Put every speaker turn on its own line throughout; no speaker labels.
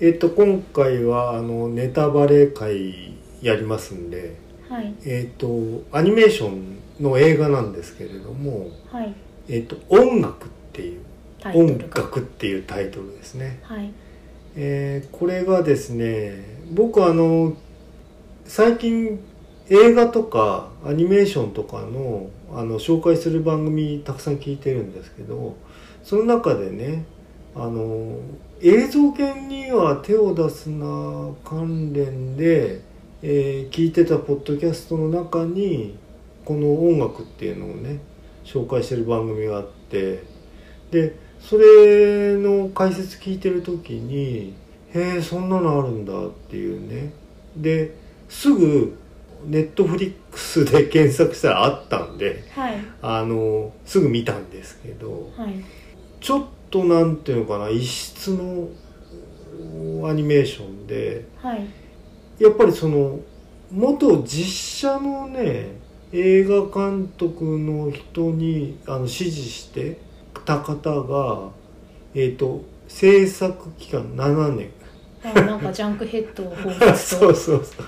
えっと今回はあのネタバレ会やりますんで
はい
えっとアニメーションの映画なんですけれども
はい
「えっと音楽」っていう
タ
「
イト
音
ルが
楽」っていうタイトルですね、
はい
えーこれがですね僕あの最近映画とかアニメーションとかのあの紹介する番組たくさん聞いてるんですけどその中でねあの映像研には手を出すな関連で、えー聞いてたポッドキャストの中にこの音楽っていうのをね紹介してる番組があってでそれの解説聞いてる時にへえそんなのあるんだっていうねですぐネットフリックスで検索したらあったんで
はい
あのすぐ見たんですけど
はい
ちょっとなんていうのかな異質のおアニメーションで
はい
やっぱりその元実写のね映画監督の人にあの指示してた方が、えー、と制作期間7年
あなんかジャンクヘッドを彷彿と
そうそうそう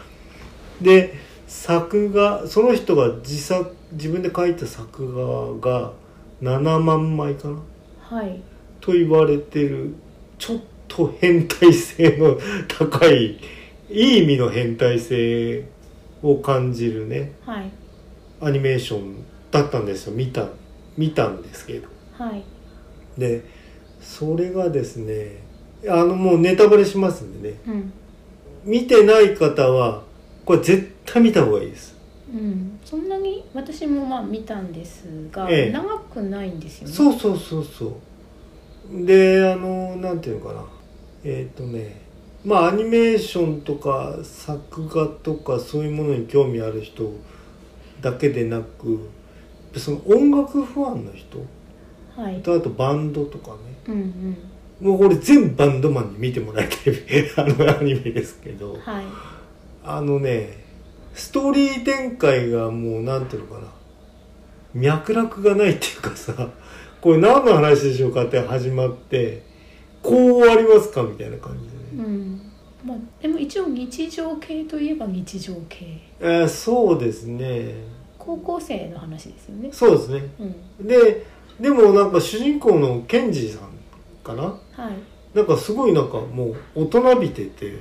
で作画その人が自作自分で書いた作画が7万枚かな
はい
と言われてるちょっと変態性の高いいい意味の変態性を感じるね
はい
アニメーションだったんですよ見た見たんですけど
はい
でそれがですねあのもうネタバレしますんでね
うん
見てない方はこれ絶対見た方がいいです、
うん、そんなに私もまあ見たんですが、
ええ
長くないんですよねう
そうそうそうそうであのなんていうのかなえっ、とねまあアニメーションとか作画とかそういうものに興味ある人だけでなくその音楽ファンの人
はい
とあとバンドとかね
うん
もうこれ全部バンドマンに見てもらいたい あのアニメですけ
う
ど
んはい
あのねストーリー展開がもうなんていうのかな脈絡がないっていうかさ これ何の話でしょうかって始まってこう終わりますかみたいな感じで
う
ね、
んまあでも一応日常系といえば日常系
えーそうですね
高校生の話ですよね
そうですね
うん
ででもなんか主人公のケンジさんかな
はい
なんかすごいなんかもう大人びてて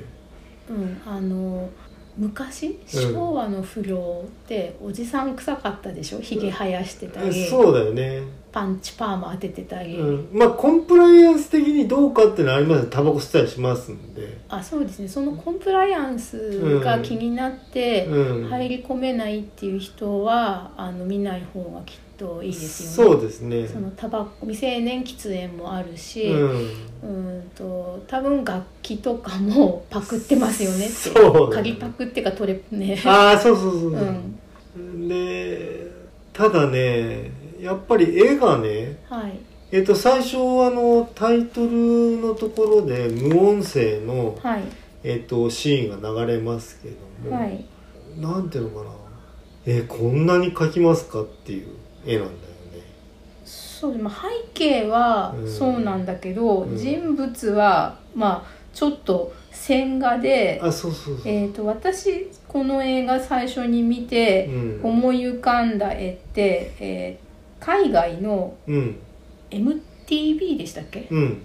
うん、あの昔昭和の不良っておじさん臭かったでしょひげ生やしてた
え
り、
そうだよね
パンチパーマ当ててたり、
うん、まあコンプライアンス的にどうかっていうのはありますねタバコ吸ったりしますんで、
あそうですねそのコンプライアンスが気になって
うん
入り込めないっていう人はあの見ない方がきっといいですよ
そ
ね。
うですね
そのタバコ未成年喫煙もあるし、
う、
うんんと多分楽器とかもパクってますよねって
そうだね
鍵パクっていうかトレね
ああそうそうそう
う
そ
ん
う、でただねやっぱり絵がね
はい
えっと最初あのタイトルのところで無音声の、
はい
えっと、シーンが流れますけども、
はい
なんていうのかなえこんなに描きますかっていう絵なんだよね
そうですまあ背景は
うん
そうなんだけど、
うん
人物はまあちょっと線画で、
あそうそうそう、
えー、と私この映画最初に見て
うん、
思い浮かんだ絵って、えー海外の
うん、
MTV でしたっけ
うん、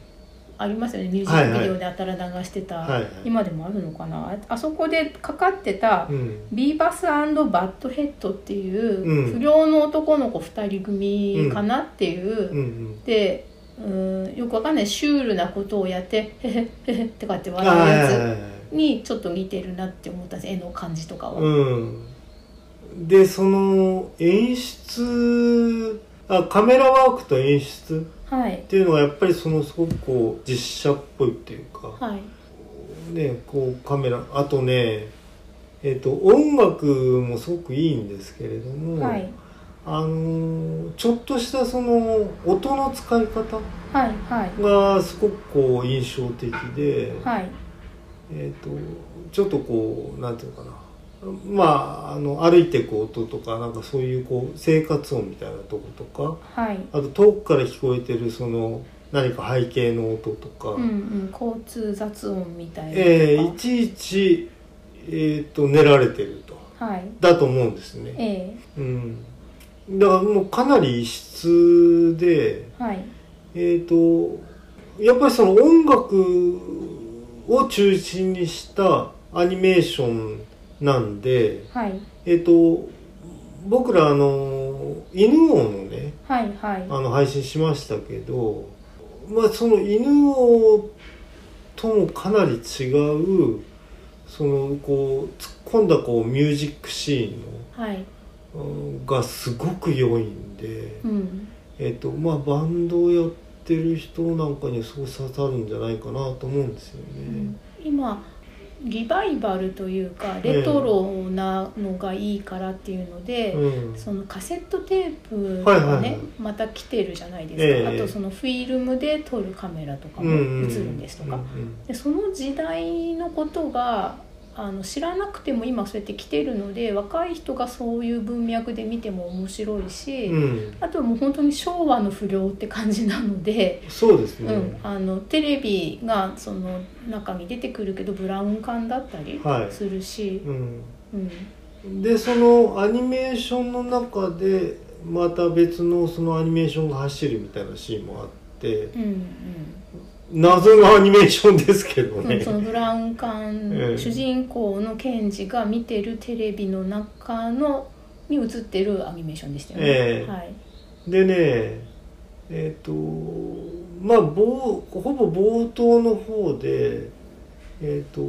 ありますよねミュージックビデオでやたら流してた、
はいはい
今でもあるのかなああそこでかかってた
うん
ビーバスバッドヘッドっていう
うん
不良の男の子2人組かなっていう
うんうん
でうーんよくわかんないシュールなことをやって「へへへへ」とかって
あ
笑
ー
う
はい
や
はいはい
つにちょっと似てるなって思ったんです絵の感じとかは。
うん、でその演出あカメラワークと演出
はい
っていうのがやっぱりそのすごくこう実写っぽいっていうか、
はい
ね、こうカメラあとね、えっと音楽もすごくいいんですけれども、
はい
あのちょっとしたその音の使い方
はいはい
がすごくこう印象的で。
はい
えー、とちょっとこうなんていうのかなまああの歩いていく音とかなんかそういうこう生活音みたいなとことか
はい
あと遠くから聞こえてるその何か背景の音とか、
うんうん、交通雑音みたいなとか、
えーいちいち、えー、と練られてると
はい
だと思うんですね、
え
うん、だからもうかなり異質で
えはい
えー、とやっぱりその音楽を中心にしたアニメーションなんで、
はい
えー、と僕らあの犬王のね
はいはい
あの配信しましたけど、まあ、その犬王ともかなり違うそのこう突っ込んだこうミュージックシ
は
ー
い
ンのうんがすごく良いんで。
うん
えっとまあ、バンドをやってる人なんかにはそう刺さるんじゃないかなと思うんですよね。
今リバイバルというかレトロなのがいいからっていうので、
うん
そのカセットテープ
はいはい
が
は
ね、
い
また来てるじゃないですか、
ええ
あとそのフィルムで撮るカメラとかも
う
映
んうん
るんですとか、
うん
でその時代のことがあの知らなくても今そうやって来てるので若い人がそういう文脈で見ても面白いし、
うんうん
あとはもう本当に昭和の不良って感じなので。
そうですね、
うん、あのテレビがその中に出てくるけどブラウン管だったり
はい
するし、
うん
うん
でそのアニメーションの中でまた別のそのアニメーションが走るみたいなシーンもあって
うんうん
謎のアニメーションですけど
うん
ね
そ。のブラウン管、
ええ
主人公の検事が見てるテレビの中のに映ってるアニメーションでしたよね。
ええ
はい、
でねえっ、とまあ冒ほぼ冒頭の方で、えっと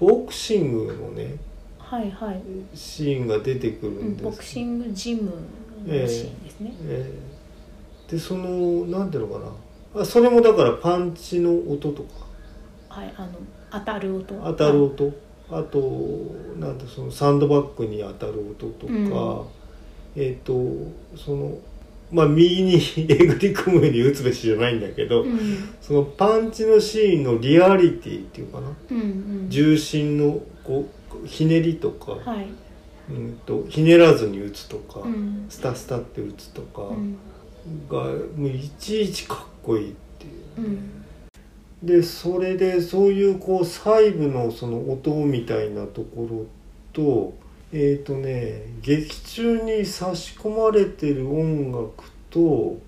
ボクシングのね
はいはい、
シーンが出てくる
うんん
です、
ボクシングジムのシーンですね。
ええでそのなんていうのかなあそれもだからパンチの音とか
はいあの当たる音
当たる音あとなんてそのサンドバッグに当たる音とか、えっ、とそのまあ右に えぐり組むように打つべしじゃないんだけど、
うん
そのパンチのシーンのリアリティっていうかな
うんうん、
重心のこうひねりとか、
はい、
うん、とひねらずに打つとか、
うん
スタスタって打つとか。
うん
がもういちいちかっこいいっていうう、
ん
でそれでそういうこう細部のその音みたいなところとえっ、とね劇中に差し込まれてる音楽と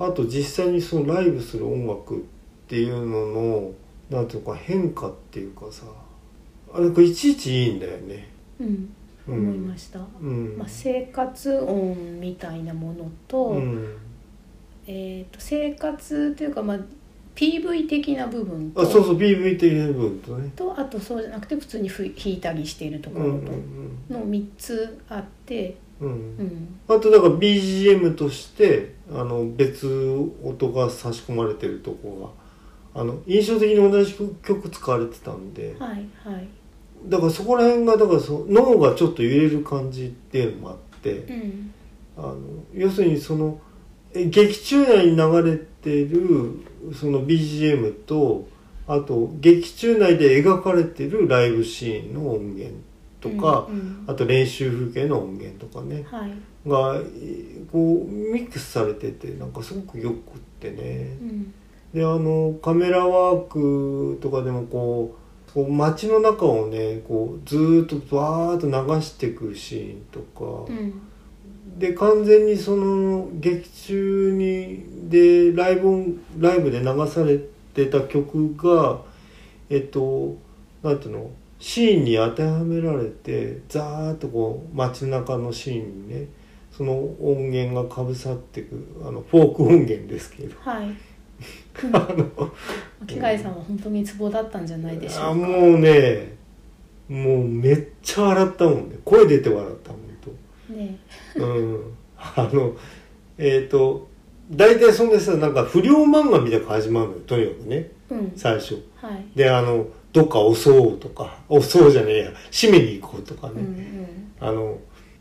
あと実際にそのライブする音楽っていうののなんていうか変化っていうかさあれこれいちいちいいんだよね。
うん、
うん
思いました。
うん
まあ、生活音みたいなものと,、
うん、
えー、と生活というか、まあ、PV 的な部分と
あそうそう BV 的な部分とね。
とあとそうじゃなくて普通にふ弾いたりしているとこ
うん
ろ
うん
との3つあって、
うんうん
うん
あとだから BGM としてあの別音が差し込まれてるとこがあの印象的に同じ曲使われてたんで
はいはい、
だからそこら辺がだからそ脳がちょっと揺れる感じっていうのもあって
うん
あの要するにそのえ劇中内に流れてるその BGM とあと劇中内で描かれてるライブシーンの音源とか、
うん
あと練習風景の音源とかね。
はい
がえーこうミックスされててなんかすごくよくってね
うん
であのカメラワークとかでもこうこう街の中をねこうずーっとバーッと流していくシーンとか
う、ん
で完全にその劇中にでライブ音ライブで流されてた曲がえっとなんていうのシーンに当てはめられてザーッとこう街中のシーンにねその音源がかぶさってくあのフォーク音源ですけど
はい
あ の
巻貝さんは本当にツボだったんじゃないでしょ
あ
うか、
もうねもうめっちゃ笑ったもんね声出て笑ったもんと。
ね
うんあのえっ、と大体そんでさなんか不良漫画みたいなのが始まるのよとにかくね
うん
最初
はい、
であのどっか襲おうとか襲うじゃねえや締めに行こうとかね、
うんうん
あの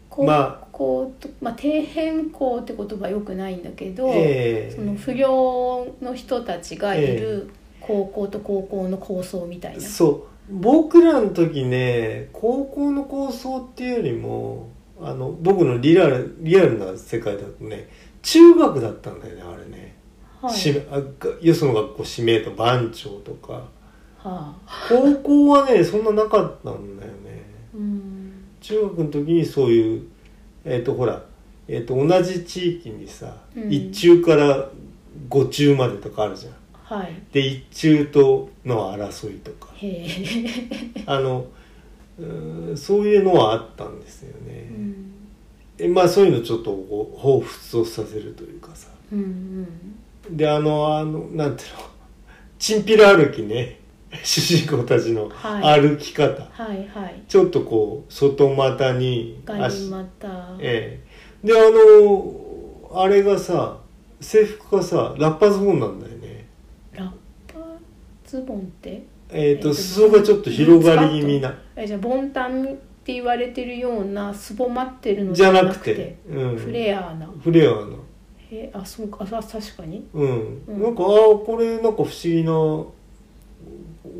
こう
ま
こうとまあ、底辺校って言葉よくないんだけど、
ええ
その不良の人たちがいる高校と高校の構想みたいな、
そう僕らの時ね高校の構想っていうよりもあの僕のリアルリアルな世界だとね中学だったんだよねあれね
はい
しあがよその学校指名と番長とか
はあ、
高校はねそんななかったんだよね
うん
中学の時にそういうえっ、とほら、えー、と同じ地域にさ、
うん
一中から五中までとかあるじゃん
はい
で一中との争いとか
へえ、
あのうーんそういうのはあったんですよね、
うん、
えまあそういうのちょっとこう彷彿とさせるというかさ
うんうん
であのあのなんていうのチンピラ歩きね 主人公たちの
はい
歩き方、
はいはい
ちょっとこう外股に
ガニ股
ええであのあれがさ制服がさラッパズボンなんだよね
ラッパズボンって
えっ、
え
と
っと
裾がちょっと広がり気味な
えじゃあボンタンって言われてるようなすぼまってるの
じゃなくて、うん、
フレアな
フレアの
へあそうかあ確かに
うん、
うん
なんかああこれなんか不思議な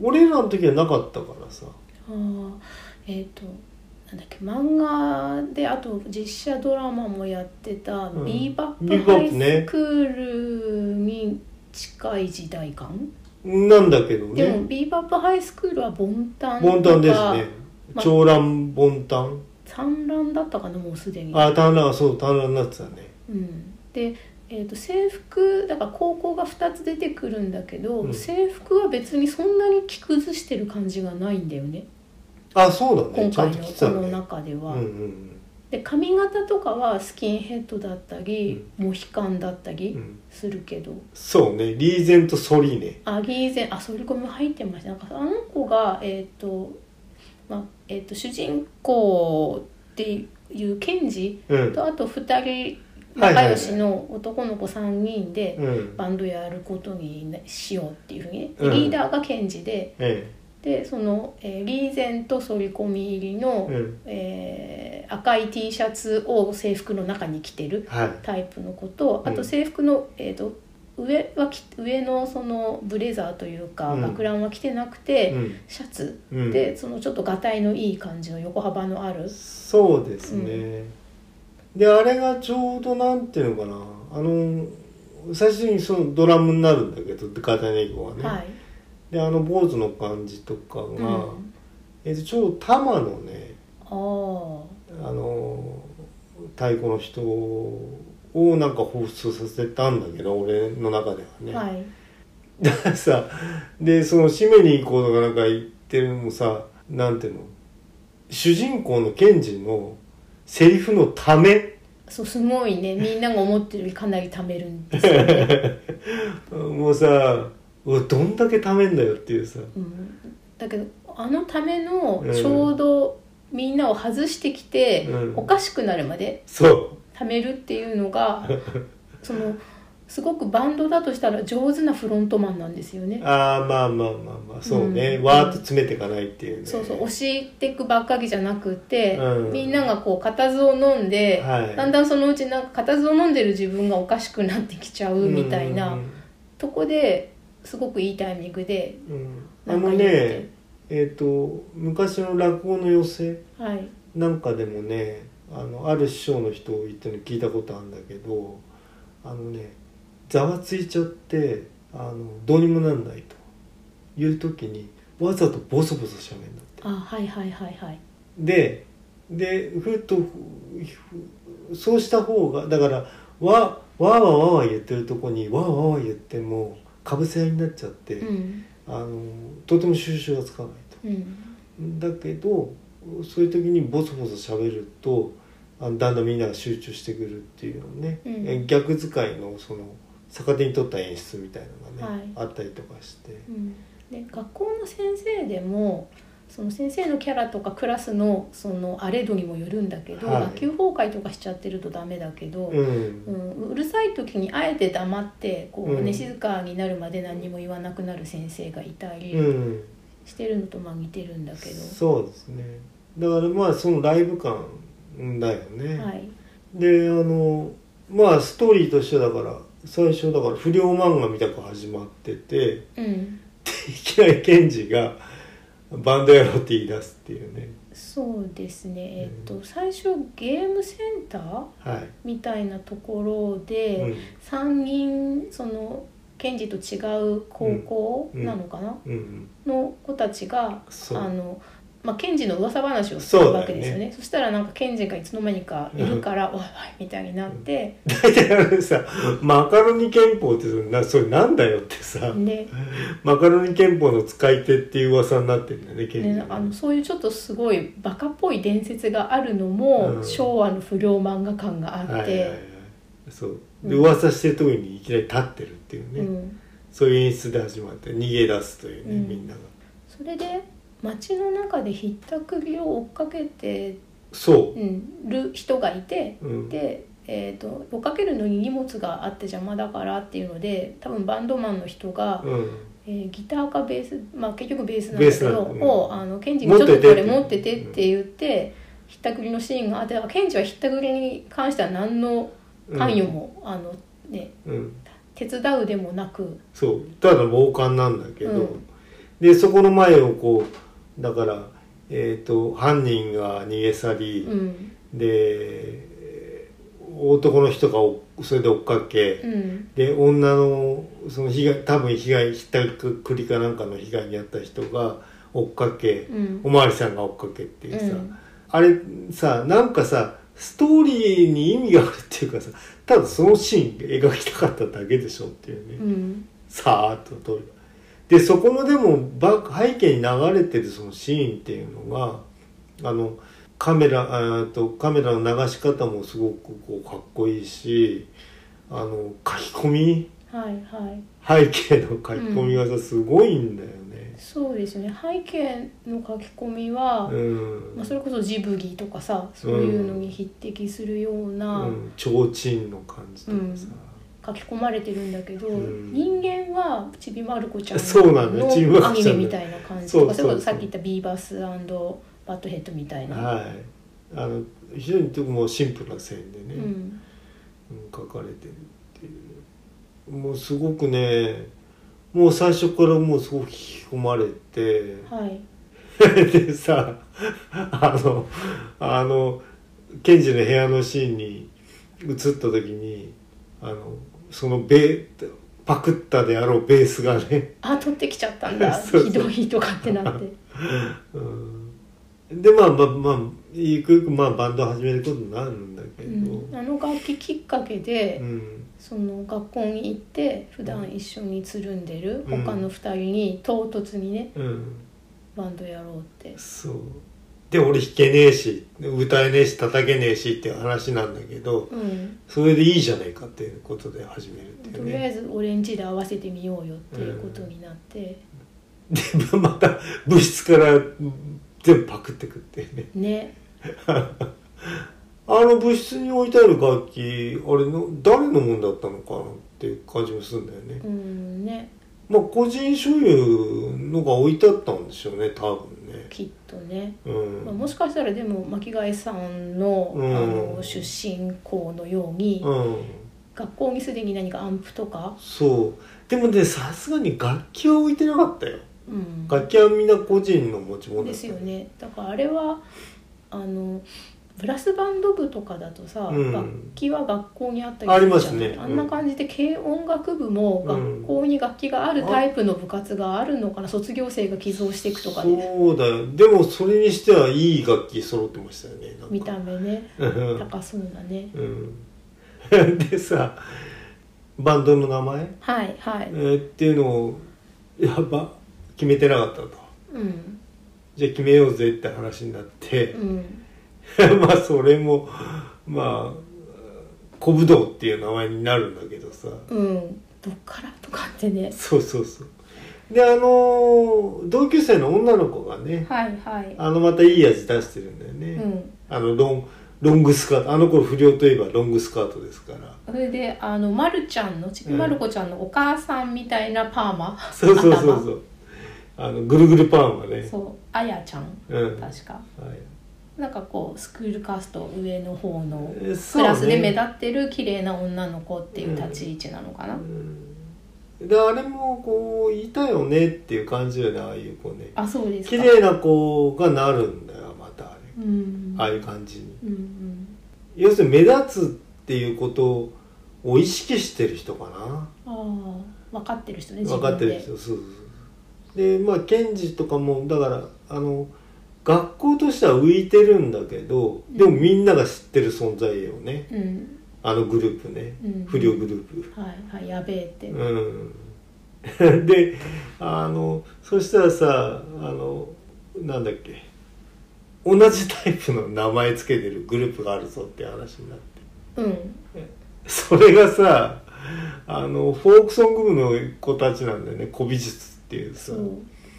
俺らの時はなかったからさ
あーえっ、となんだっけ漫画であと実写ドラマもやってた「
うん
ビーバ
ビー
ップ
バ
ハ
ッ
イ
プね
スクール」に近い時代感、
なんだけど
でも
ね
「ビーバップハイスクール」はボンタン
ボンタンですね
ま
長蘭ボンタン
産卵だったかなもうすでに
ああ短蘭そう短蘭になってたね
うん、で、えー、と制服だから高校が2つ出てくるんだけど、
うん
制服は別にそんなに着崩してる感じがないんだよね
あそうだね
今
ちゃ
回
んと
の
来て
こ
た
の
ね
中で
う
は。
んうん
で髪型とかはスキンヘッドだったり、モヒカンだった
うんう
り
ん
するけど、
そうねリーゼントソリね
アギーゼンあそれこも入ってましたなんかあの子がえっ、と,、まあえー、と主人公っていう検事
うん
とあと2人
はいはいはい
仲良しの男の子3人で、
うん
バンドやることにしようっていうふうにね、
うん
リーダーが検事で
え
でその、えーリーゼント反り込み入り
え
の、
うん
えー赤い T シャツを制服の中に着てる
はい
タイプの子とあ
う
と
ん
制服の、えー、と上は着上のそのブレザーというか
うん
学ランは着てなくて、
うん
シャツ
うん
でそのちょっとがたいのいい感じの横幅のある
そうですね、であれがちょうどなんていうのかなあの最終的にそのドラムになるんだけどガタネゴはね、
はい、
であの坊主の感じとかが、
うん、あ
えっとちょうど玉のね
あー
あの太鼓の人をなんか彷彿とさせたんだけど俺の中ではね、
はい
だからさでその締めに行こうとかなんか言ってるのもさなんていうの主人公のケンジのセリフのため
そうすごい ねみんなが思ってるよりかなり貯めるんですよね、
もうさうわどんだけためんだよっていうさ
うん、だけどあのための
うん
ちょうどみんなを外してきて、
うん
おかしくなるまで
そ
貯めるっていうのが そのすごくバンドだとしたら上手なフロントマンなんですよね
う。ああまあまあまあまあそうね、
うん
わーっと詰めていかないっていうね
そうそう押していくばっかりじゃなくて、
うん
みんながこう固唾を飲んで、
はい
だんだんそのうちなんか固唾を飲んでる自分がおかしくなってきちゃうみたいな、
うん
とこですごくいいタイミングで
うんあ
なんか
の
言って
ねえっ、と昔の落語の寄せ
はい
なんかでもねあのある師匠の人を言ってるの聞いたことあるんだけどあのねざわついちゃってあのどうにもなんないという時にわざとボソボソしゃべんだって。
あはいはいはいはい
ででふっとふふそうした方がだからわわーわーわーわー言ってるとこにわーわーわー言ってもかぶせ合いになっちゃって、
うん
あのとても収拾がつかないと。
うん
だけどそういう時にボソボソ喋るとあのだんだんみんなが集中してくるっていうのね、
うん
え逆使いのその逆手に取った演出みたいなのがね、
はい
あったりとかして。
うんで学校の先生でもその先生のキャラとかクラスのそのあれ度にもよるんだけど、
はい
学級崩壊とかしちゃってるとダメだけど、
う、
うんんうるさい時にあえて黙ってこう、
うん
ね、静かになるまで何も言わなくなる先生がいた
う
り
ん
してるのとまあ似てるんだけど、
そうですねだからまあそのライブ感だよね、
はい、
であのまあストーリーとしてはだから最初だから不良漫画みたく始まってて
うん、
いきなりケンジがバンドやろうって言い出すっていうね
そうですね、えっ
う
と、最初ゲームセンター
はい、
みたいなところで、
うん
参議院その検事と違う高校
うん
なのかな、
うんうん、
の子たちが
そ
あ
う
の、まあ、検事の噂話をす
そうだ
る
よね
わけですよねそしたらなんか検事がいつの間にかいるから「おいおい」みたいになって、
大体あのさマカロニ憲法ってそれなそれなんだよってさ
で
マカロニ憲法の使い手っていう噂になってるんだよねケンジ
ね
ね、
あのそういうちょっとすごいバカっぽい伝説があるのも、
うん
昭和の不良漫画感があって、
はいはいはい、そうで
うん
噂してる時にいきなり立ってるっていうね、
うん、
そういう演出で始まって逃げ出すというね、
うん
みんなが
それで街の中でひったくりを追っかけて
そ
うんる人がいて
う、うん、
で、えー、と追っかけるのに荷物があって邪魔だからっていうので多分バンドマンの人が、
うん
えーギターかベース、まあ、結局ベースなん
ベー
だ
ス
け
なん
ど
だうん
をあのケンジに
持っ
ち
て
ょってとこれ
って
持っててって言ってひったくりのシーンがあってだからケンジはひったくりに関しては何の関与も、あのね、
うん、
手伝うでもなく、
そうただ傍観なんだけど、
うん
でそこの前をこうだから、えー、と犯人が逃げ去り、
うん
でえー男の人がおそれで追っかけ、
うん
で女のその被害多分被害ひったくりかなんかの被害に遭った人が追っかけ、
うん
おまわりさんが追っかけっていうさ、
うん
あれさなんかさストーリーに意味があるっていうかさただそのシーン描きたかっただけでしょっていうね、
うん
さーっと撮るでそこのでもバック背景に流れてるそのシーンっていうのがあのカメラあーとカメラの流し方もすごくこうかっこいいしあの書き込み
はいはい
背景の書き込みがさ、すごいんだよね。
そうですね背景の書き込みは、
うん
まあ、それこそジブリとかさそういうのに匹敵するような
うん、提灯の感じとかさ、
書き込まれてるんだけど、
うん
人間はちびまる子ちゃん
そうなんだよちびま
のア
る子
ニ
ちゃ
メ
ん
みたいな感じと
そそ
かそう
うそう
れこそさっき言ったビーバスバッドヘッドみたいな、
はいあの非常にともシンプルな線でね、
うん
うん書かれてるっていうもうすごくねもう最初からもうすごく引き込まれて、
はい、
でさあのあの賢治の部屋のシーンに映った時にあのそのベパクったであろうベースがね、
あ取ってきちゃったんだ
そうそう
ひどいとかってなって
うん、でまあまあまあゆくゆくまあバンド始めることになるんだけ
う
ど、
ん、あの楽器きっかけで、
うん
その学校に行って普段一緒につるんでる
うん
他の2人に唐突にね
うん
バンドやろうって
そうで俺弾けねえし歌えねえし叩けねえしっていう話なんだけど
うん
それでいいじゃないかっていうことで始めるってい
と
う
りあ
ね
えずオレンジで合わせてみようよっていうことになって、
でまた物質から全部パクってくっていうね
ね
あの物質に置いてある楽器あれの誰のもんだったのかなっていう感じもするんだよね
うんね
まあ個人所有のが置いてあったんでしょうね多分ね
きっとね、
うん
まあ、もしかしたらでも巻貝さんの,、
うん
あの出身校のように、
うん
学校にすでに何かアンプとか、
そうでもねさすがに楽器は置いてなかったよ
うん、
楽器はみんな個人の持ち物だ
で
った
すよねだからあれはあのブラスバンド部とかだとさ、
うん
楽器は学校にあった
あり
り
ますす
る
ね
じゃんあんな感じで軽音楽部も
うん
学校に楽器があるタイプの部活があるのかな、卒業生が寄贈していくとかね
そうだよでもそれにしてはいい楽器揃ってましたよねなんか
見た目ね
うん
高そうなね
うんでさバンドの名前、
はいは
え
い
ーっていうのをやば決めてなかったと
うん
じゃあ決めようぜって話になって
う、ん
まあそれもまあ小武道っていう名前になるんだけどさ
うんどっからとかってね
そうそうそうであの同級生の女の子がね
はいはい
あのまたいい味出してるんだよね、
うん
あのロンロングスカートあの頃不良といえばロングスカートですから
それであの、ま、るちゃんのちびまる子ちゃんのお母さんみたいなパーマ、
そうそうそう
頭
そうあのぐるぐるパンはね
そうあやちゃん
うん
確か
はい
なんかこうスクールカースト上の方の
えそ
ク
うね
ラスで目立ってる綺麗な女の子っていう立ち位置なのかな、
うんであれもこういたよねっていう感じよねああいう子ね
あそうです
綺
か
麗な子がなるんだよまたあれ
うん
ああいう感じに
うんうん
要するに目立つっていうことを意識してる人かな
ああ分かってる人ね
分かってる人そうそうそうでまあ検事とかもだからあの学校としては浮いてるんだけどでもみんなが知ってる存在よね
自分
あのグループね
でうん、うん、
不良グループ
はいはいやべえって、
うん であのそしたらさあのなんだっけ同じタイプの名前つけてるグループがあるぞって話になって
うん
それがさあのフォークソング部の子たちなんだよね古美術っていうさ
そう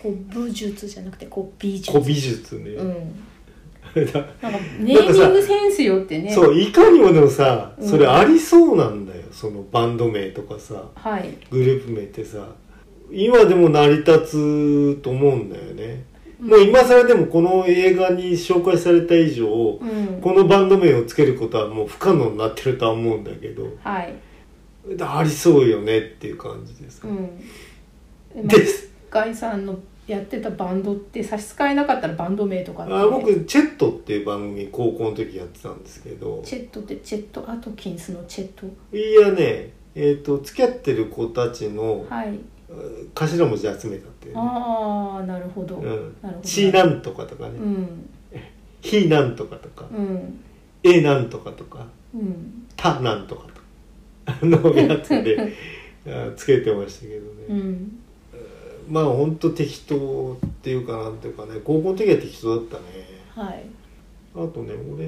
こう武術じゃなくてこう美術
古美術ね、
うん、
だ
なんかネーミングセンスよって ね
そういかにもでもさ
うん
それありそうなんだよ、そのバンド名とかさ
はい
グループ名ってさ今でも成り立つと思うんだよね、もう今更でもこの映画に紹介された以上こ
うん
のバンド名をつけることはもう不可能になってるとは思うんだけど
はい
ありそうよねっていう感じです、
うんで
です
ガイさんのやってたバンドって差し支えなかったらバンド名とかってね
あ僕「チェット」っていう番組高校の時やってたんですけど
チェットってチェットアトキンスのチェット
いやねえー、と付き合ってる子たちの
はい
頭文字集めたっていうね
ああなるほど、
うん
なるほど
「ち」なんとかとか
う
ね
ん
「ひ」なんとかとか
うん
「え」なんとかとか
うん
「た」なんとかとかあのやつで あつけてましたけどね、
うん
まあ本当適当っていうかなんていうかね高校の時は適当だったね
はい
あとね俺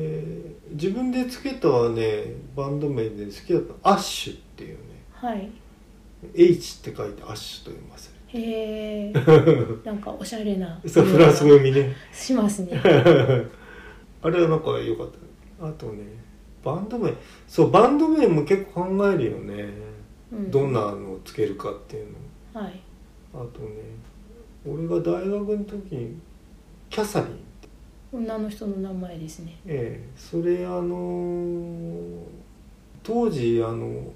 自分でつけたねバンド名で好きだったアッシュっていうね
はい
H って書いてアッシュと読ませ
へえ
る
なんかおしゃれな
そうフランス語読みね
しますね
あれはなんか良かったあとねバンド名そうバンド名も結構考えるよね、
うん
どんなのをつけるかっていうの
はい
あとね俺が大学の時にキャサリン
女の人の名前ですね
ええそれあのー当時あの好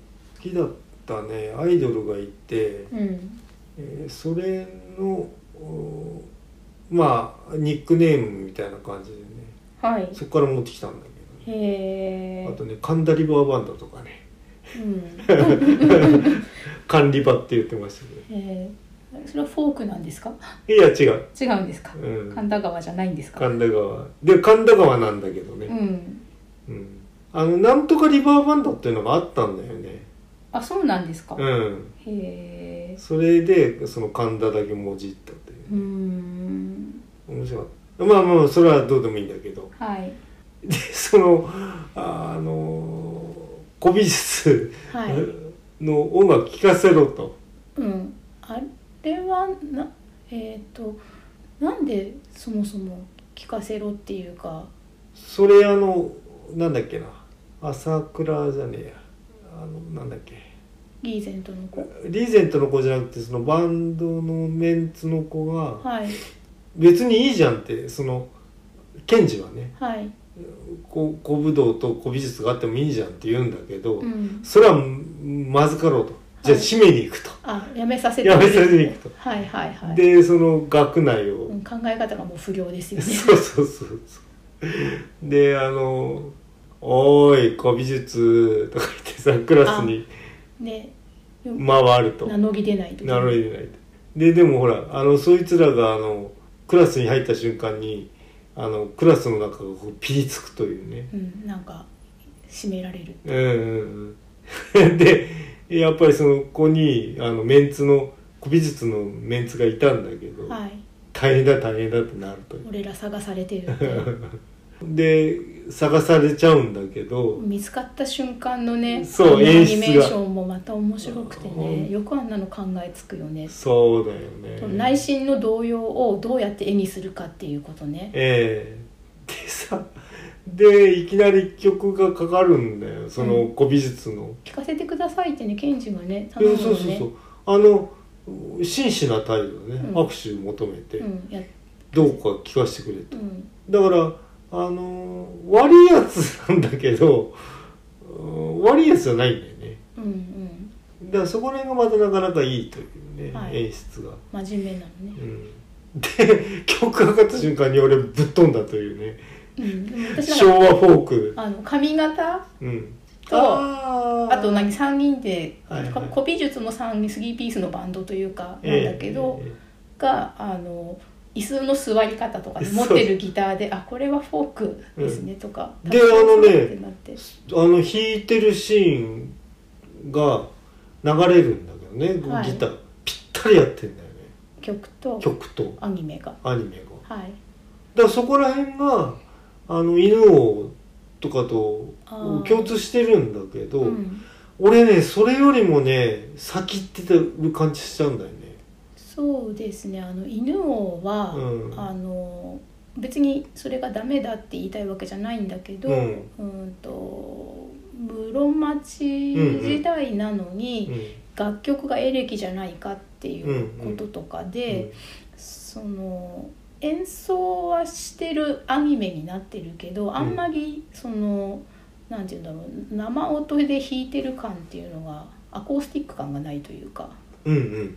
きだったねアイドルがいて、
うん
えーそれのおまあニックネームみたいな感じでね
はい
そこから持ってきたんだけ
へえ
ど、ね、あとねカンダリバーバンドとかね
うん
カンリバって言ってましたけ
えー、それはフォークなんですか
どいや違う、
違うんですか
うん、
神田川じゃないんですか
神田川で神田川なんだけど
う
ね、
ん
うんあのなんとかリバーバンドっていうのがあったんだよね
あそうなんですか、へ
うん
え
それでその神田だけもじったっていう
ーん
面白かったまあまあそれはどうでもいいんだけど
はい
でそのああの古美術
はい、
の音楽聴かせろと、
うんあれはなえっ、となんでそもそも聞かせろっていうか
それあのなんだっけな朝倉じゃねえやあのなんだっけ
リーゼントの子
リーゼントの子じゃなくてそのバンドのメンツの子が
はい
別にいいじゃんってそのケンジはね
はい
こ古武道と古美術があってもいいじゃんって言うんだけど、
うん
それはまずかろうとじゃあ
はい
締めに行くと、
あやめさせて
やめさせていくと
はいはいはい
でその学内を、
うん、考え方がもう不良ですよね
そうそうそうそうであの「おーい古美術」とか言ってさクラスに
ねよ
回ると
名乗り出ないと
なるほどないででもほらあのそいつらがあのクラスに入った瞬間にあのクラスの中がこうピリつくというね
うん、なんか締められる
うんうんうん でやっぱりその子にあのメンツの古美術のメンツがいたんだけど、
はい
大変だ大変だってなるという
俺ら探されてるって
で探されちゃうんだけど
見つかった瞬間のね
そう
あの
演
ア
出
ニ
が
メーションもまた面白くて
う
ね
ん
よくあんなの考えつくよね、
そうだよね
内心の動揺をどうやって絵にするかっていうことね
ええでさでいきなり曲がかかるんだよその古美術の、
聞かせてくださいってねケンジがね
い
頼
や
むの
そう
ね
そうそうあの真摯な態度でね、
うん
握手求めて、
うんや
どうか聞かせてくれ
う
と
ん
だからあの悪いやつなんだけどうん悪いやつじゃないんだよね
うんうん
だからそこら辺がまたなかなかいいというね、
はい
演出が
真面目なのね
うんで曲がかかった瞬間に俺ぶっ飛んだというね
うん、でも私なん
昭
か
和フォーク、
あの髪型
うん、
と
あー
あと何3人で、
はいはい
古美術も3人スリーピースのバンドというかなんだけど、
ええ
があの椅子の座り方とかね持ってるギターであこれはフォークですねとか、
であのね
ってなって
あの弾いてるシーンが流れるんだけどね、
はい
ギターぴったりやってんだよね
曲と
曲と
アニメが
アニメが
はい
だからそこら辺があの犬王とかと
あー
共通してるんだけど、
うん、
俺ねそれよりもね先行ってた感じしちゃうんだよね
そうですねあの犬王は、
うん
あの別にそれがダメだって言いたいわけじゃないんだけど、
うん
うんと室町時代なのに、楽曲がエレキじゃないかっていうこととかで、その演奏はしてるアニメになってるけどあんまりその、なんて言うんだろう生音で弾いてる感っていうのがアコースティック感がないというか
うんうんうん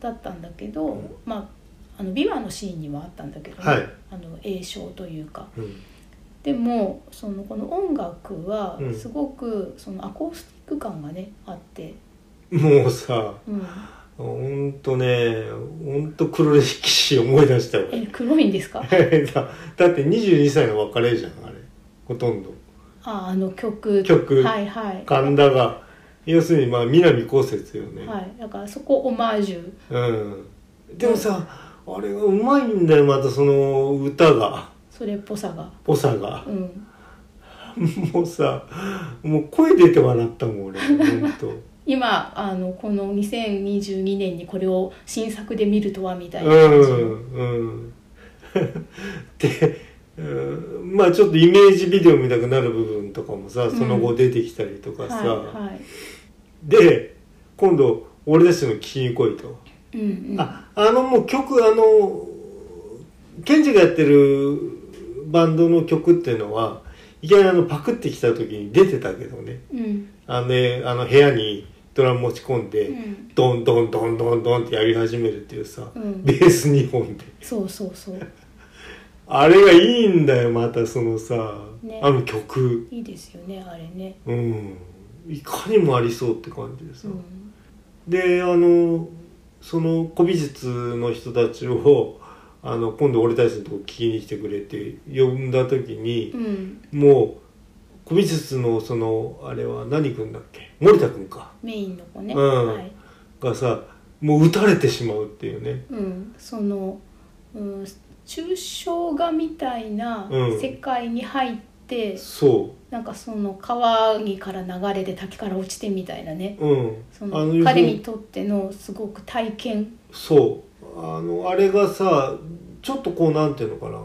だったんだけど、
うん
まああの琵琶のシーンにはあったんだけど、ね
はい
あの栄唱というか
うん
でもそのこの音楽は
うん
すごくそのアコースティック感がねあって、
うんもうさ
うん、
ほんとねほんと黒歴史思い出したよ
え黒いんですか
だ だって22歳の別れじゃんあれほとんど
ああの曲
曲
はいはい
神田が要するにまあ南こうせつよね、
はい、だからそこオマージュ
うんでもさ、あれがうまいんだよまたその歌が
それっぽさが、
ぽさが
うん、
もうさもう声出て笑ったもん俺ほんと
今あのこの2022年にこれを新作で見るとはみたいうな感じ、
んうん で、うん、まあちょっとイメージビデオ見たくなる部分とかもさその後出てきたりとかさ、
はいはい
で今度俺たちの聞きに来いと、
うんうん
ああのもう曲あのケンジがやってるバンドの曲っていうのはいきなりあのパクってきた時に出てたけどね
うん
あのねあの部屋にドラム持ち込んで、
うん
ドンドンドンドンドンってやり始めるっていうさ、
うん
ベース2本で
そうそうそう
あれがいいんだよまたそのさ、
ね
あの曲
いいですよねあれね、
うんいかにもありそうって感じでさ、
うん、
であのその古美術の人たちを あの今度俺たちのとこ聞きに来てくれって呼んだ時に
う、ん、
もう古美術のそのあれは何君だっけ森田君か
メインの子ね、
うん
はい、
がさもう撃たれてしまうっていうね
うん、その、うん、抽象画みたいな
うん
世界に入って、
そ
なんかその川にから流れて滝から落ちてみたいなね
ううん
そ
あの
の彼にとってのすごく体験
そうあのあれがさちょっとこうなんていうのかな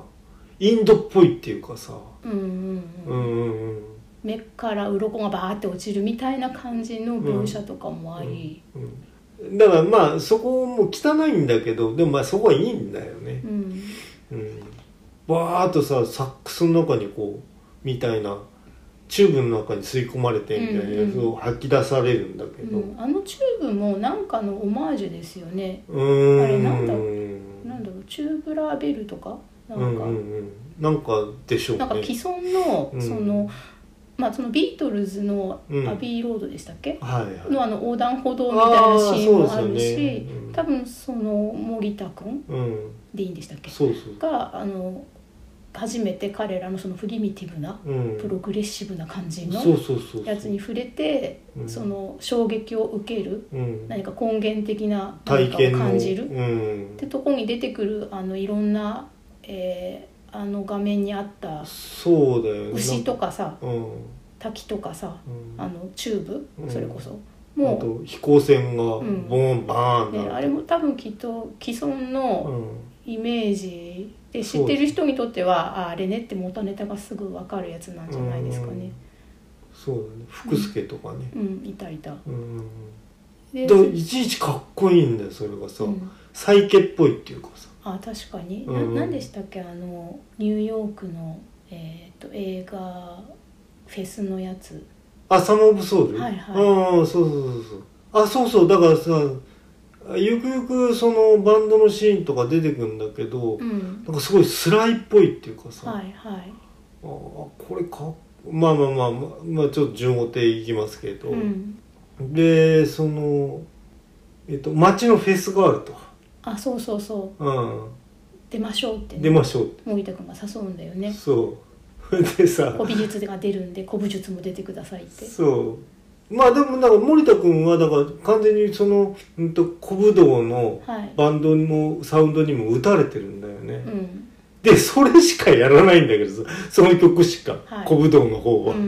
インドっぽいっていうかさ
うんうん
う
うん
んうんうん
目から鱗がバーって落ちるみたいな感じの描写とかもあり、
うんだからまあそこも汚いんだけどでもまあそこはいいんだよね
う、ん
うん、バーッとさサックスの中にこうみたいなチューブの中に吸い込まれてみたいなやつを吐き出されるんだけ
う
ど
んあのチューブもなんかのオマージュですよね
うーん
あれなんだ
うん
なんだろうチューブラーベルとかなん
う
か、
んうんなんかでしょうね
なんか既存の、
うん
そのまあそのビートルズの
うん
アビーロードでしたっけ、
はいはい
のあの横断歩道みたいなシーンも
あ
あるし
ーそうですよねうん
多分その森田君
うん
でいいんでしたっけ
そうそう
があの初めて彼らのそのプリミティブな
うん
プログレッシブな感じの
そうそうそう
やつに触れて、
うん
その衝撃を受ける
うん
何か根源的な
体
何かを
験の
感じる、
うん
ってとこに出てくるあのいろんな、えーあの画面にあった
そうだよね
牛とかさ
うん
滝とかさ
うん
あのチューブ、
うん
それこそ
あ
も
と飛行船がボ
ん
ーンバー
う、
ンなる
ね、あれも多分きっと既存
う
の
ん
イメージで知ってる人にとってはああれねって元ネタがすぐ分かるやつなんじゃないですかね。
そうだね福助とかね、
うん、いたいた。
うん
で
だからいちいちかっこいいんだよそれがさ、
うん
サイケっぽいっていうかさ
あ確かに、
うん
ななんでしたっけあのニューヨークの、えー、と映画フェスのやつ
あサム・オブ・ソウル、
はいはい
ああそうそうそうそうあそうそうだからさゆくゆくそのバンドのシーンとか出てくるんだけど、
うん
なんかすごいスライっぽいっていうかさ、
はいはい
あこれかまあまあまあまあ、まあ、ちょっと順を追っていきますけど、
うん、
でそのえっと街のフェスがあると、
あそうそうそう
う
出ましょうって
ん、
ね
出ましょう
森田君が誘うんだよね
そうでさ
古美術が出るんで古武術も出てくださいって
そうまあでもなんか森田君はだから完全にその、うん、と小武道の
はい
バンドのサウンドにも打たれてるんだよね、
うん
でそれしかやらないんだけどさその曲しか、
はい
小武道の方
うんう
は、
んう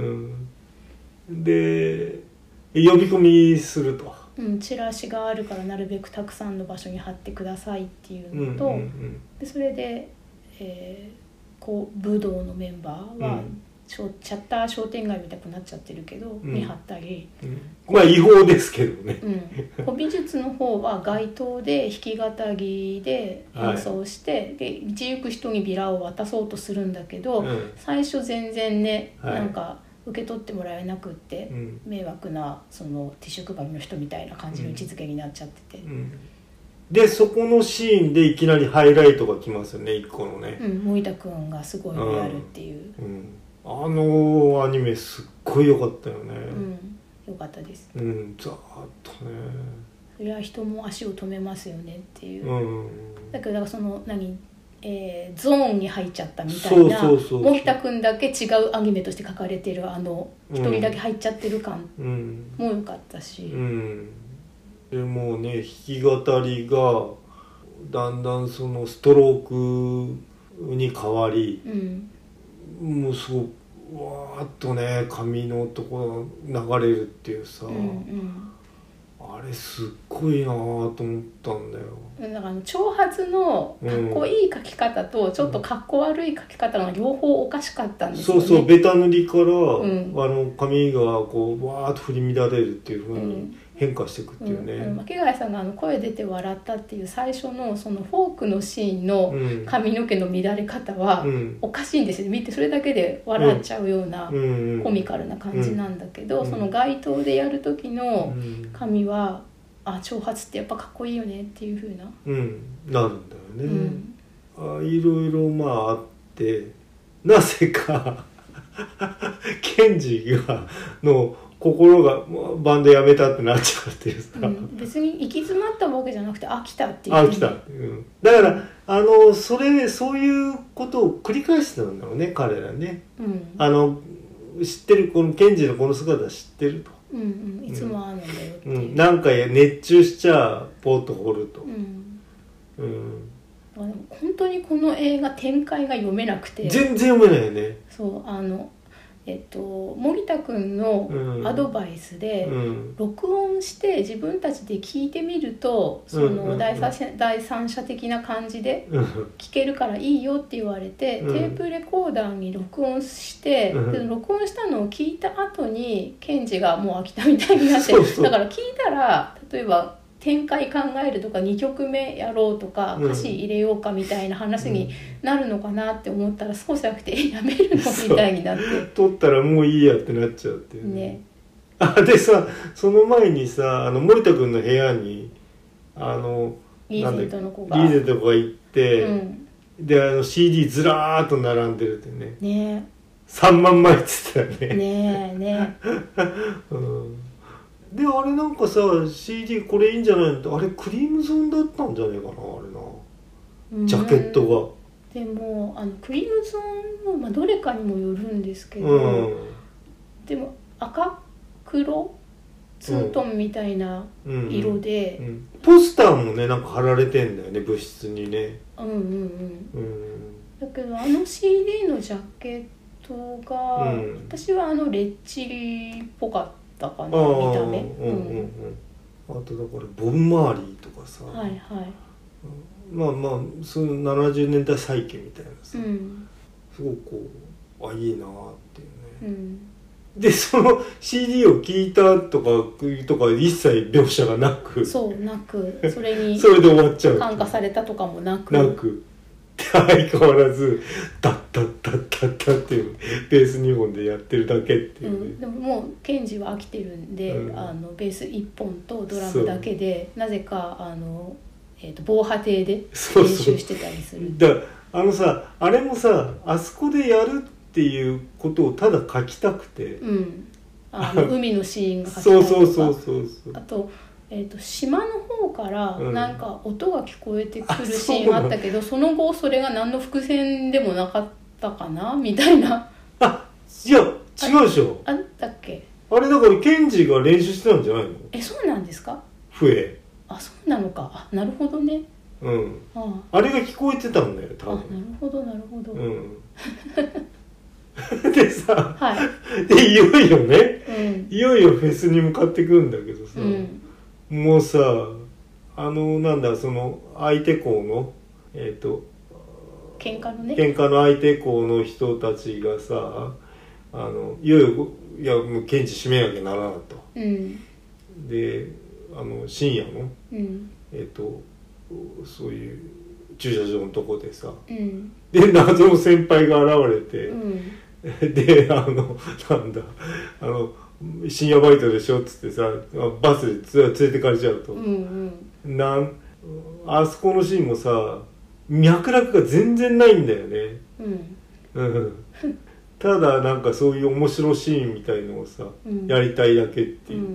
ん
うんで呼び込みすると、
うん、チラシがあるからなるべくたくさんの場所に貼ってくださいっていう
うん
のと、
うんうん
でそれで、えーこう武道のメンバーは、
うん
ショチャッター商店街みたくなっちゃってるけど、
ん
に貼ったり、
うんまあ違法ですけどね
うん、古美術の方は街頭で弾き語りで演奏して、で道行く人にビラを渡そうとするんだけど、
うん
最初全然ね、
はい
なんか受け取ってもらえなくって。
うん
迷惑なそのティッシュ配りの人みたいな感じの位置づけになっちゃってて、
うんでそこのシーンでいきなりハイライトが来ますよね一個のね、
うん、森田君がすごいやるっていう、
うんあのアニメすっごい良かったよね
うん、よかったです
うん、ざーっとね
それは人も足を止めますよねっていう、
うん
だけどだからその何、えーゾーンに入っちゃったみた
そ
いうな
そうそう
森田君だけ違うアニメとして書かれてるあの
うん
一人だけ入っちゃってる感
うん
も良かったし、
うんでもうね弾き語りがだんだんそのストロークに変わり
うん
もうすごいわーっとね髪のところ流れるっていうさ、
うんうん
あれすっごいなーと思ったんだよ
うんだからあの長髪のかっこいい書き方とちょっとかっこ悪い書き方が両方おかしかったんです
そ
よ
う
ね。
そうベタ塗りから、
ん
あの髪がこうわーっと振り乱れるっていう風
う
に
ん
変化していくっていうね、
うん、巻貝さんがあの声出て笑ったっていう最初のそのフォークのシーンの
うん
髪の毛の乱れ方は
うん
おかしいんですよね見てそれだけで笑っちゃうような
うん
コミカルな感じなんだけど、
うん
その街頭でやる時
う
の
ん、
髪はあ長髪ってやっぱかっこいいよねっていう風な、
うん、なるんだよね、
うん
あいろいろまああってなぜかケンジがの心がもうバンドやめたってなっちゃうっていうさ、
うん別に行き詰まったわけじゃなくて飽きたっていう
あ来た、うん、だからあのそれそういうことを繰り返してたんだろうね彼らね
うん
あの知ってるこのケンジのこの姿知ってると、
うんうん、いつもああなんだよって
う
い
ん、
う、
なんか熱中しちゃポート掘ると
う、ん
うん
だからでも本当にこの映画展開が読めなくて
全然読めないよね、
そうあのえっと森田君の
うん、
アドバイスで、
うん
録音して自分たちで聞いてみるとそ
うんうんう
の
ん
第三者,、第三者的な感じで
うん
聞けるからいいよって言われて、
うん
テープレコーダーに録音して、
うん
で録音したのを聞いた後に検事がもう飽きたみたいになって
そうそう
だから聞いたら例えば展開考えるとか2曲目やろうとか
うん
歌詞入れようかみたいな話になるのかなって思ったらそうじゃなくてえやめるの
そう
みたいになって
撮ったらもういいやってなっちゃうっていう
ね。
あでさその前にさあの森田君の部屋にあの
リ
なんだ
ーゼ
っ
ン
け
トの子
リ
が
ーゼとか行って、
うん
であの CD ずらーっと並んでるってね
ね
3万枚っつってたよ
えねえね
うんであれなんかさ CD これいいんじゃないのってあれクリームゾンだったんじゃねえかなあれな
え、うん
ジャケット
でもあのクリムゾンの、まあ、どれかにもよるんですけ
が
ど、
うん
でも赤黒ツートンみたいな
うん
色
う
で、
んポスターもねなんか貼られてんだよね物質にね
うん、うんうん
うん
だけどあの CD のジャケットが、
うん
私はあのレッチリっぽかったかな見
ああう
た目、
んうんうんあとだからボン・マーリーとかさ、
はいはい
まあまあその70年代再起みたいな
う
さ、
ん
すごくこうあいいなーっていう
う
ね、
ん
でその CD を聴いたとかとか一切描写がなく
そうなくそれ に
それで終わっちゃう
感化されたとかもなく
なくで相変わらず「ダッダッダッダッダッ」っていうベース2本でやってるだけっていううね、
ん、でももうケンジは飽きてるんで、
うん
あのベース1本とドラムだけでなぜかあの、えー、と防波堤で
そう
練
そう
習してたりする
だあのさあれもさあそこでやるっていうことをただ書きたくて、
うん、あの海のシーンが書きたい
そうそう
とか
そうそうそう
あと,、えー、と島の方から
うん
なんか音が聞こえてく
あ
る
そうな
シーン
の
あったけど、その後それが何の伏線でもなかったかなみたいな
あいや違うでしょ
あったっけ
あれだからケンジが練習してたんじゃないの
えそうなんですか
笛
あそうなのかあなるほどね
うん
ああ
あれが聞こえてたんだよ
あ
多
なる
分
ほどなるほど、
うん でさ
はい、
でいよいよね
うん
いよいよフェスに向かってくるんだけどさ、
うん
もうさあのなんだその相手校のえっ、と
喧嘩のね
喧嘩の相手校の人たちがさあのいよいよいやもう検事締めなきゃならないと
うん
であの深夜の
うん
えっ、とそういう駐車場のとこでさ
うん
で謎の先輩が現れて、
うん
であのなんだあの深夜バイトでしょっつってさバスでつ連れてかれちゃうと、
うんうん
なんあそこのシーンもさ脈絡が全然ないんだよね
うん
うんただなんかそういう面白シーンみたいのをさ、
うん
やりたいだけって
う
い
んう
う、
ん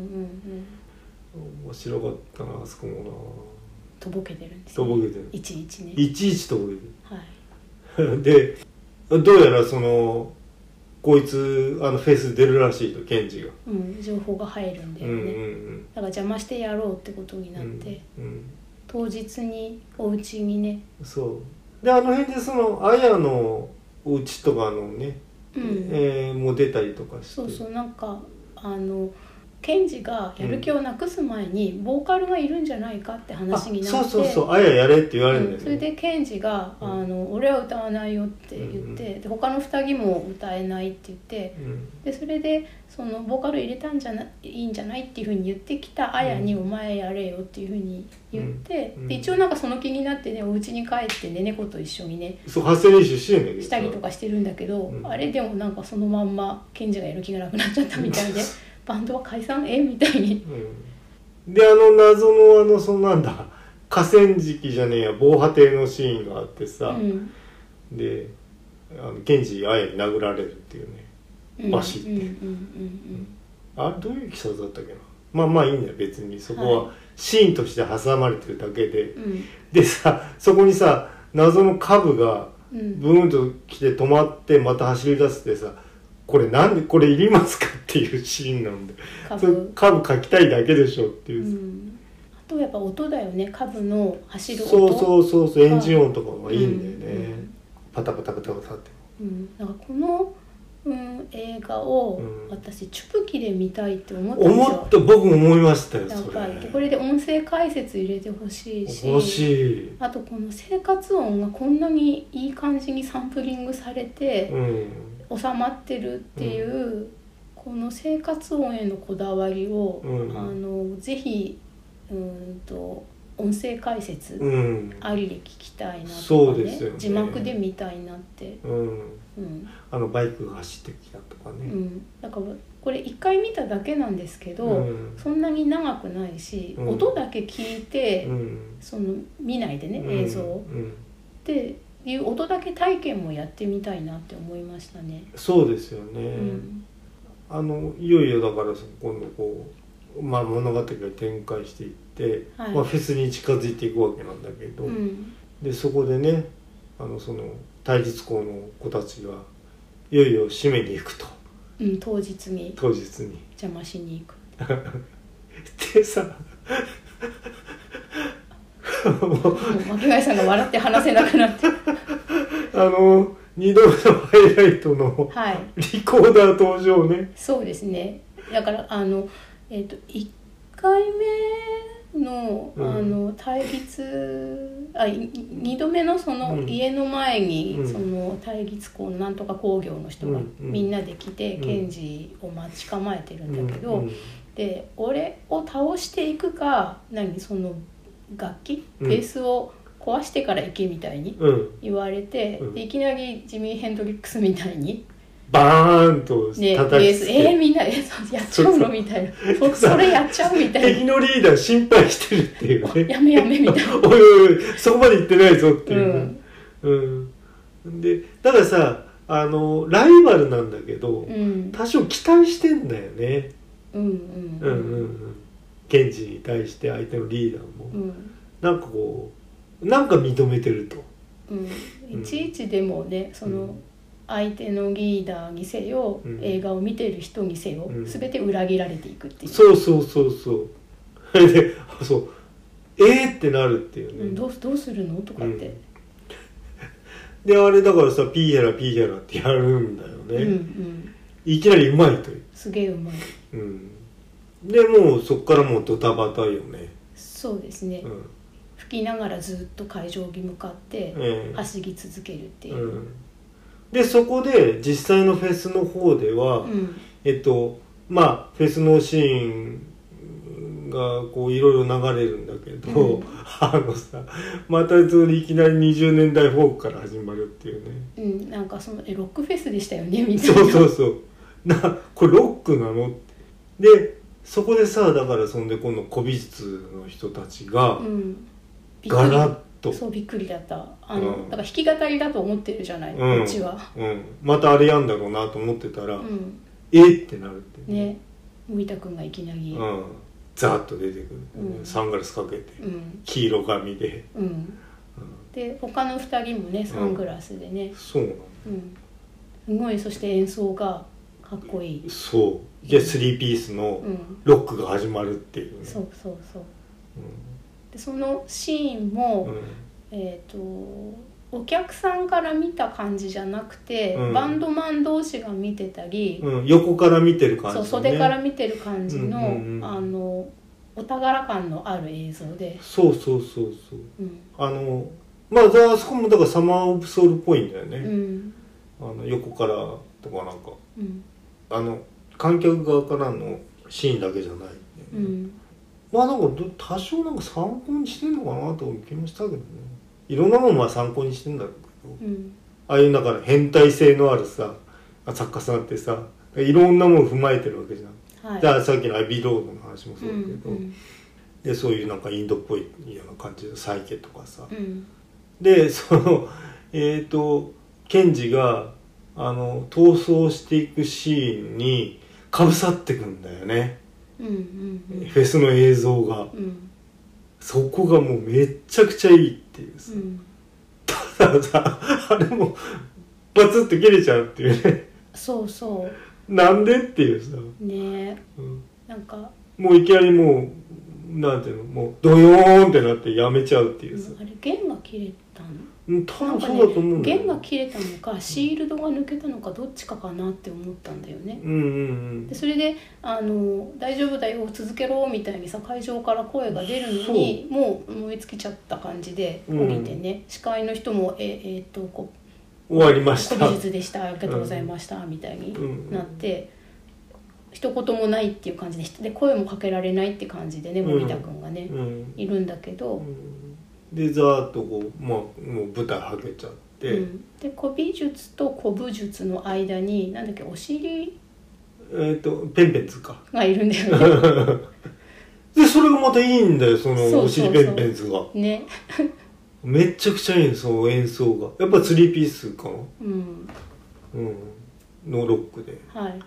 面白かったなあそこも
とぼけてるんです、ね、
とぼけてる
いちいちね
ないちいちとぼけて
はい
る でどうやらそのこいつあのフェス出るらしいとケンジが、
うん、情報が入るんだよね、
うんうんう
だ
ん
から邪魔してやろうってことになって、
うん
当日にお家にね
うん、そうであの辺でその綾のお家とかのね、
うん、
えーもう出たりとかして
そうそうなんかあのケンジがやる気をなくす前に、ボーカルがいるんじゃないかって
あ
話になって
そうそうそう綾やれって言われるんだ
う
よ
ん
ね、
それでケンジが「
うん
あの俺は歌わないよ」って言って、
うんうん
で他の2人も歌えないって言って
うん
でそれでそのボーカル入れたんじゃないいいんじゃないっていうふうに言ってきたあやに「
うん
お前やれよ」っていうふうに言って、
うんうん
で一応なんかその気になってねお家に帰ってね猫と一緒にね
そう発声練習してんだけど
したりとかしてるんだけど、
うん
あれでもなんかそのまんまケンジがやる気がなくなっちゃったみたいで バンドは解散えみたいに。
うん、であの謎のあのそんなんだ河川敷じゃねえや防波堤のシーンがあって
う
さ、
ん
であのケンジ綾に殴られるっていうね
うん
バシッて
うんうんうん
あれどういう記殺だったっけなまあまあいいんだよ別にそこ
は
はシーンとして挟まれてるだけで、
うんうん
でさそこにさ謎の株が
うん
ブーンと来て止まってまた走り出してさこれなんでこれいりますかっていうシーンなんでそれ
株
株書きたいだけでしょっていうう、
ん、あとやっぱ音だよね株の走る音
そう
う、
そうそうそうエンジン音とかがいいんだよね、
うん
パタパタパタパタって
うん、なんかこの、うん、映画を
うん
私チュプキで見たいって思ったんです
思
よ
っ、た僕も思いましたよ
やっ
そ
ぱりこ
れ
れで音声解説入れてほしいし
欲しい
あとこの生活音がこんなにいい感じにサンプリングされて
うん
収まってるっていう、この生活音へのこだわりを、
うん
あのぜひうんと音声解説、
うん
ありで聞きたいなとか、ね、
そうですよね
字幕で見たいなって、
うん
うん
あのバイクが走ってきたとか
う
ね、
ん、だからこれ1回見ただけなんですけど、
うん
そんなに長くないし、
うん
音だけ聞いて、
うん
その見ないでね
うん
映像を、っ
うん
ていう音だけ体験もやってみたいなって思いましたね。
そうですよね、
うん
あのいよいよだからそこのこう、まあ、物語が展開していって、
はい
まあ、フェスに近づいていくわけなんだけど、
うん
でそこでねあのその対立校の子たちがいよいよ締めに行くと
うん、当日に
当日に。
邪魔しに行く
でさもう
もう巻貝さんが笑って話せなく なって
あの2度目のハイライトの
はい
リコーダー登場ね。
そうですね。だからあのえっ、と一回目のあ
うん
の対立、あい二度目のその
うん
家の前に、
うん
その対立校のなんとか工業の人が
うんうん
みんなで来て、
うん
ケンジを待ち構えてるんだけど、
うん
で俺を倒していくか何その楽器
うん
ベースを壊してから行けみたいに
うん、
言われて、
うん
でいきなりジミー・ヘンドリックスみたいに。
バーンと
ね、ベ
叩
ー
きつ
ス
け
えー、みんなえーそうやっちゃう
そうそ
の
う
みたいなそそれやっちゃうみたい
敵
な
のリーダー心配してるっていうね
やめやめみたいな、
おいおいおいそこまで行ってないぞって
う
いう、
ん、
うんでだからさあのライバルなんだけど、
うん
多少期待してんだよね
うん
うんうんうん現地に対して相手のリーダーも、
うん
なんかこうなんか認めてると
うんいちいちでもねその相手のリーダーにせよ、
うん
映画を見てる人にせよ、
うん
全て裏切られていくっていう
そうそうそうそう それであそうえー、ってなるっていううね、
んどうどうするのとかって、
であれだからさピーヒャラピーヒャラってやるんだよ
うん
ね、
うん、
いきなりうまいという、
すげえうまい
うん、でもうそっからもうドタバタよね、
そうですね、
うん
吹きながらずっと会場に向かっ
え
て
え
走り続けるっていうう、
ん、でそこで実際のフェスの方では、
うん
えっとまあフェスのシーンがこういろいろ流れるんだけど、
うん
あのさまたそれいきなり20年代フォークから始まるっていうね
うん、なんかそのえロックフェスでしたよ ねみたいな
そうそうそうなこれロックなのでそこでさだからそんで今度古美術の人たちが
うん、びっく
ガ
り
ラッと、
そうびっくりだったあの、
うん
だから弾き語りだと思ってるじゃない、
うん
ちは、
うん、またあれやんだろうなと思ってたら、
うん、
えってなるっていう
ね森田君がいきなり
うん、ザーッと出てくる、
うん
サングラスかけて
うん
黄色髪で、
うん
うん
で他の2人もねサングラスでね、
そうなの
うん、すごいそして演奏がかっこいい、
そうでスリーピースの
うん、
ロックが始まるっていうね、うん、
そうそうそうでそのシーンも、
うん
えー、とお客さんから見た感じじゃなくて、
うん
バンドマン同士が見てたり、
うん横から見てる感じ、
そ
ね、
う袖から見てる感じの,、
うんうんうん
あのお宝感のある映像で、
そうそうそうそう
うん
あのまあザあそこもだからサマー・オブ・ソウルっぽいんだよ
う
ね、
ん
あの横からとかなんか
うん
あの観客側からのシーンだけじゃない、
うん、
まあなんかど多少なんか参考にしてんのかなと思う気もしたけどねいろんなもんは参考にしてんだろうけど
うん
ああいうだから変態性のあるさ作家さんってさいろんなもの踏まえてるわけじゃん、
はい
だからさっきのアビーロードの話も
う
そ
ん
う
う
だけど、
ん
でそういうなんかインドっぽいような感じのサイケとかさ、
うん
でそのえっ、とケンジがあの逃走していくシーンにかぶさってくんだよね、
うんうん
フェスの映像が
うん
そこがもうめっちゃくちゃいいっていうさ、
うん
たださあれもバツッと切れちゃうっていうね
そうそ
なんでっていうさ、
うね
うん
なんか
もういきなりもうなんていうのもうドヨーンってなってやめちゃうっていうさ、
あれ弦が切れたの
うん、多
なん
分
か
そうだと思う
ね
んだよ
弦が切れたのかシールドが抜けたのかどっちかかなって思ったんだよね
うんうん
でそれであの「大丈夫だよ続けろ」みたいにさ会場から声が出るのにもう燃え尽きちゃった感じで
う
降
ん
りてね、司会の人も「ええーっとこ
うん終わりました
古美術でしたありがとうございました」みたいに
うん
なって。一言もないっていう感じでで声もかけられないって感じでね
うん
森田君がね、
うん
いるんだけど、
うんでざーっとこう、まあ、もう舞台はけちゃって、
うんで古美術と古武術の間になんだっけお尻
えっ、とペンペンズか
がいるんだよね
でそれがまたいいんだよそ
そう
の
そう
お尻ペンペンズが
ね
めっちゃくちゃいいのその演奏がやっぱスリーピースかな、
うん
うん、のロックで
はい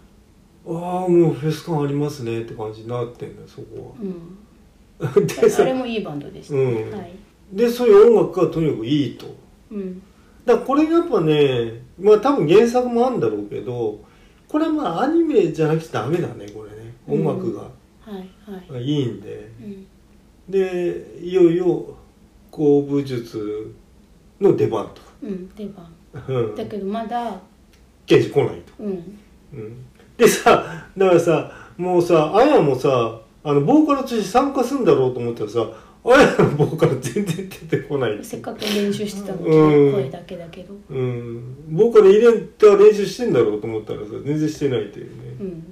ああもうフェス感ありますねって感じになってんだよそこ
うん
はで
あ
さ
れもいいバンドでした、
うん
はい、
でそういう音楽がとにかくいいと
うん、
だからこれやっぱねまあ多分原作もあるんだろうけどこれはまあアニメじゃなくちゃダメだねこれね音楽が
はいはい、
いいんで、
うん、
でいよいよ古武術の出番と
うん、では
うん
だけどまだ
刑事来ないと、
うん
うん、でさだからさもうさあやもさあのボーカルとして参加するんだろうと思ったらさあやのボーカル全然出てこない
せっかく練習してたの
うん
声だけだけど
うん、ボーカル入れた練習してんだろうと思ったらさ全然してないという
う
ね、
ん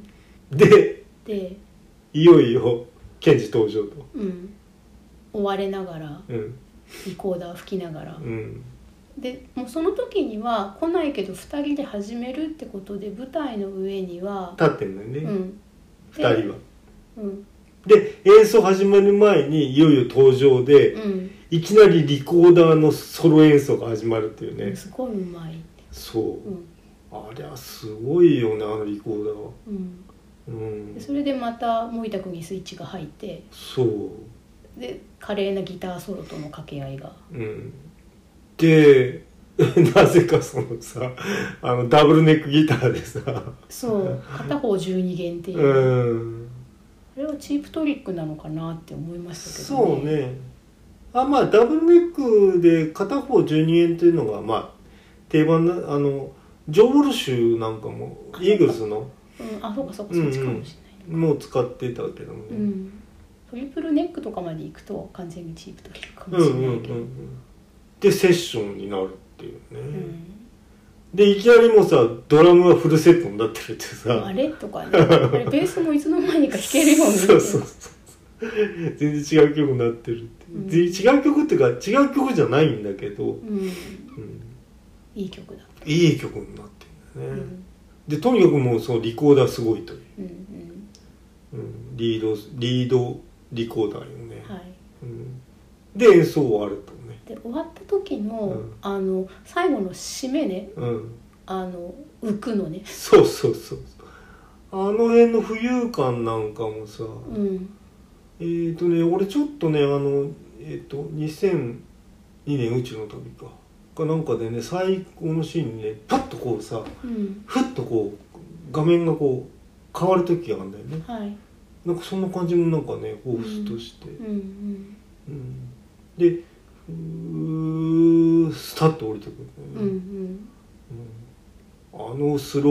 で
で
いよいよケンジ登場と
うん追われながら
うん
リコーダー吹きながら
うん
でもうその時には来ないけど2人で始めるってことで舞台の上には
立ってんのよね、
うん
2人は
うん
で演奏始まる前にいよいよ登場で、
うん
いきなりリコーダーのソロ演奏が始まるっていうね
すごいうまい、
そううんありゃすごいよねあのリコーダーは
うん、
うん
でそれでまた森田君にスイッチが入って
そう
で華麗なギターソロとの掛け合いが
うんで なぜかそのさあのダブルネックギターでさ
そう片方12弦っていう、
うん
あれはチープトリックなのかなって思いましたけど
そうねあまあダブルネックで片方12円っていうのがまあ定番なあのジョー・ウォルシュなんかもイーグルスの
うん、あそうかそうかそっちかもしれない、
もう使ってたけどもね
うんトリプルネックとかまで行くと完全にチープトリックかも
うん
し
うんう
れない
ん
け
う
ど、うん
んでセッションになるっていうね、でいきなりもうさドラムはフルセットになってるって
あ
さ
れとかねあれベースもいつの間にか弾けるようになって
そうそうそう全然違う曲になってるって、
うん
で違う曲っていうか違う曲じゃないんだけど、
うん、
うん、
いい曲だ、
いい曲になってるんだよ
うん
ね、でとにかくもうそのリコーダーすごいという、
うんうん、
うん、リードリードリコーダーよね、
はい
うん、で演奏終わるとね
で終わった時の,、
うん
あの最後の締めね
うん
あの浮くのね、
そうそうそうあの辺の浮遊感なんかもさ、
うん、
えっ、ー、とね俺ちょっとねあのえっ、と2002年宇宙の旅かかなんかでね最高のシーンにねパッとこうさ
うん、
ふっとこう画面がこう変わる時があるんだよね
はい、
なんかそんな感じもなんかね彷彿として、
うんうん
うんでふースタッと降りてくるん
う
だ
ん
よね、
うん
うんあのスロー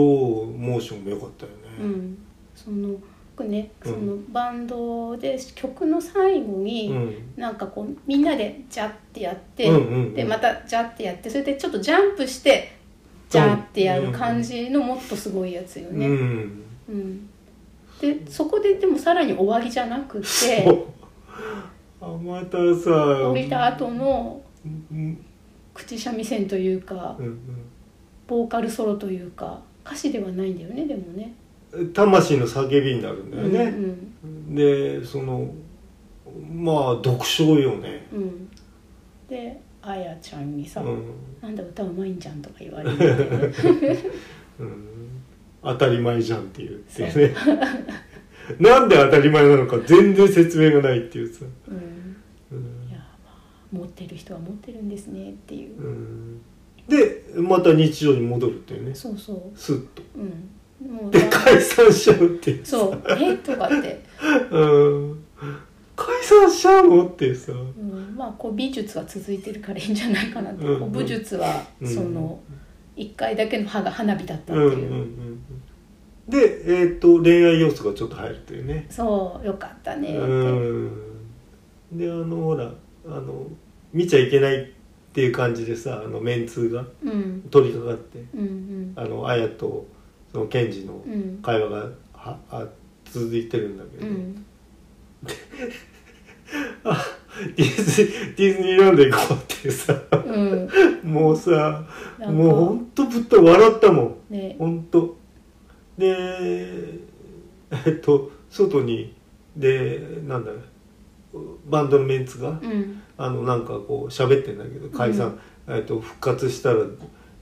モーションも良かったよね、
うんその僕ね
う
そ
ん
のバンドで曲の最後に、
うん
なんかこうみんなでジャッてやって、
うんうんうん
でまたジャッてやってそれでちょっとジャンプしてジャッてやる感じのもっとすごいやつよ
う
ね。
ん、
うんでそこででもさらに終わりじゃなく
そ
て
う あまたさ
降りた後の
うん
口三味線というか
うん
ボーカルソロというか歌詞ではないんだよねでもね。
うん魂の叫びになるんだよ
う
ね、
ん
でそのまあ読書よね、
うんうん、であやちゃんに
う
さ「
ん
なんだ歌うまいんじゃん」とか言われるんだよ ね。
うん、当たり前じゃんっていうっていうね なんで当たり前なのか全然説明がないっていうさ、
うん
うん
いやまあ持ってる人は持ってるんですねっていう、
うんでまた日常に戻るっていうね
そうそ
スッと
ううんもう
で
さ
解散しちゃうっていう
そうえとかって、
うん解散しちゃうのってさ
うん、まあこう美術は続いてるからいいんじゃないかなって、
うん
こう武術は
うん
その一回だけの歯が花火だった
う
って
んうんう
い
ん
う、
うんでえっ、と恋愛要素がちょっと入るっていうね
そうよかったねって、
うんであのほらあの見ちゃいけないっていう感じでさあのメンツーが
うん、
取りかかって
うんうん
あの綾とその検事の
うん
会話がはあ続いてるんだけ
う
ど、
ん
あディズニーディズニーランド行こうっていうさ
うん
もうさ
なんか
もうほんとぶっと笑ったもん
ね
ほんとでえっと外にでなんだバンドのメンツが、
うん
あのなんかこう喋ってんだけど解散、えっと復活したらあ